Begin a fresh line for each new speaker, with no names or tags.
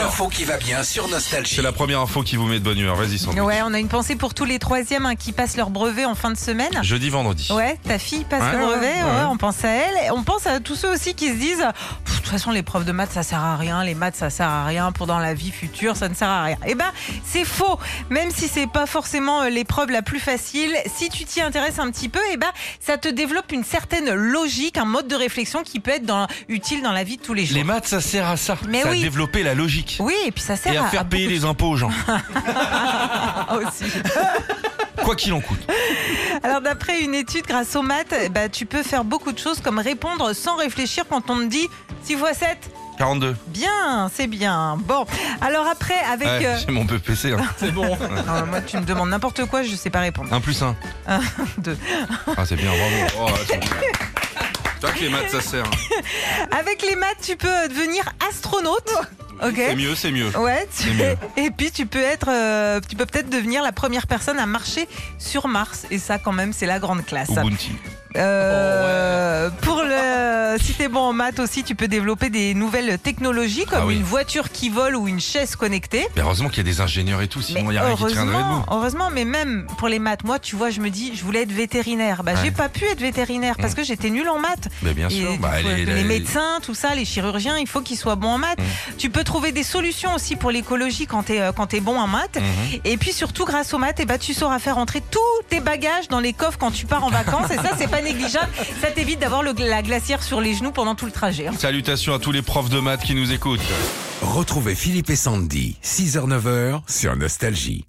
l'info qui va bien sur Nostalgie.
C'est la première info qui vous met de bonne humeur. Vas-y, Sandrine.
Ouais, on a une pensée pour tous les troisièmes hein, qui passent leur brevet en fin de semaine.
Jeudi, vendredi.
Ouais, ta fille passe
Ouais,
le
ouais,
brevet,
ouais,
ouais,
ouais.
on pense à elle. Et on pense à tous ceux aussi qui se disent Pff, de toute façon, les profs de maths, ça sert à rien, les maths, ça sert à rien, pour dans la vie future, ça ne sert à rien. Eh ben, c'est faux. Même si c'est pas forcément euh, l'épreuve la plus facile, si tu t'y intéresses un petit peu, eh ben, ça te développe une certaine logique, un mode de réflexion qui peut être dans- utile dans la vie de tous les jours.
Les maths, ça sert à ça.
Mais
ça
oui.
a développé la logique.
Oui, et puis ça sert
Et à faire payer
beaucoup
les impôts aux gens.
de- aussi.
Quoi qu'il en coûte.
Alors d'après une étude grâce aux maths, bah, tu peux faire beaucoup de choses comme répondre sans réfléchir quand on te dit 6 x 7.
42.
Bien, c'est bien. Bon, alors après avec...
Ouais,
euh,
J'ai mon PPC. hein.
non, moi tu me demandes n'importe quoi, je sais pas répondre.
1 plus 1.
Deux.
Ah, c'est bien, bravo. Oh, ouais, c'est bien. Putain, que les maths, ça sert. hein.
Avec les maths, tu peux euh, devenir astronaute. Ok.
C'est mieux, c'est mieux.
Ouais, tu-
C'est mieux.
et puis tu peux être, euh, tu peux peut-être devenir la première personne à marcher sur Mars, et ça quand même c'est la grande classe.
Ubuntu. Oh,
Euh, Pour le, si t'es bon en maths aussi, tu peux développer des nouvelles technologies comme
Ah oui.
une voiture qui vole ou une chaise connectée.
Mais heureusement qu'il y a des ingénieurs et tout, sinon il n'y a rien qui tiendrait de
heureusement,
nous.
heureusement, mais même pour les maths, moi, tu vois, je me dis, je voulais être vétérinaire. Bah, j'ai
Ouais. Mm.
pas pu être vétérinaire parce que j'étais nulle en maths.
Mais bien
Et
sûr.
du
bah,
coup,
les-
les,
les- Mm.
médecins, tout ça, les chirurgiens, il faut qu'ils soient bons en maths. Tu peux trouver des solutions aussi pour l'écologie quand t'es euh, quand t'es bon en maths.
Mhm.
Et puis surtout, grâce aux maths, eh ben, tu sauras faire entrer tous tes bagages dans les coffres quand tu pars en vacances. Et ça, c'est pas négligeable. Ça t'évite d'avoir le- la glacière sur les genoux pendant tout le trajet. hein.
Salutations à tous les profs de maths qui nous écoutent.
Retrouvez Philippe et Sandy, 6h-9h sur Nostalgie.